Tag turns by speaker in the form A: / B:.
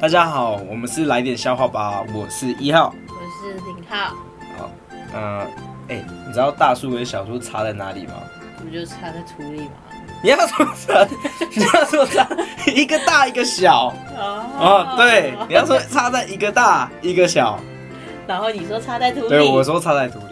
A: 大家好，我们是来点笑话吧，我是一号。
B: 我是零号，
A: 呃，哎、你知道大树跟小树差在哪里吗？
B: 不就插在土里吗？
A: 你要说差，你要说差，一个大一个小
B: 哦
A: 哦，对，你要说差在一个大一个小，
B: 然后你说插在土里，
A: 对我说差在土里，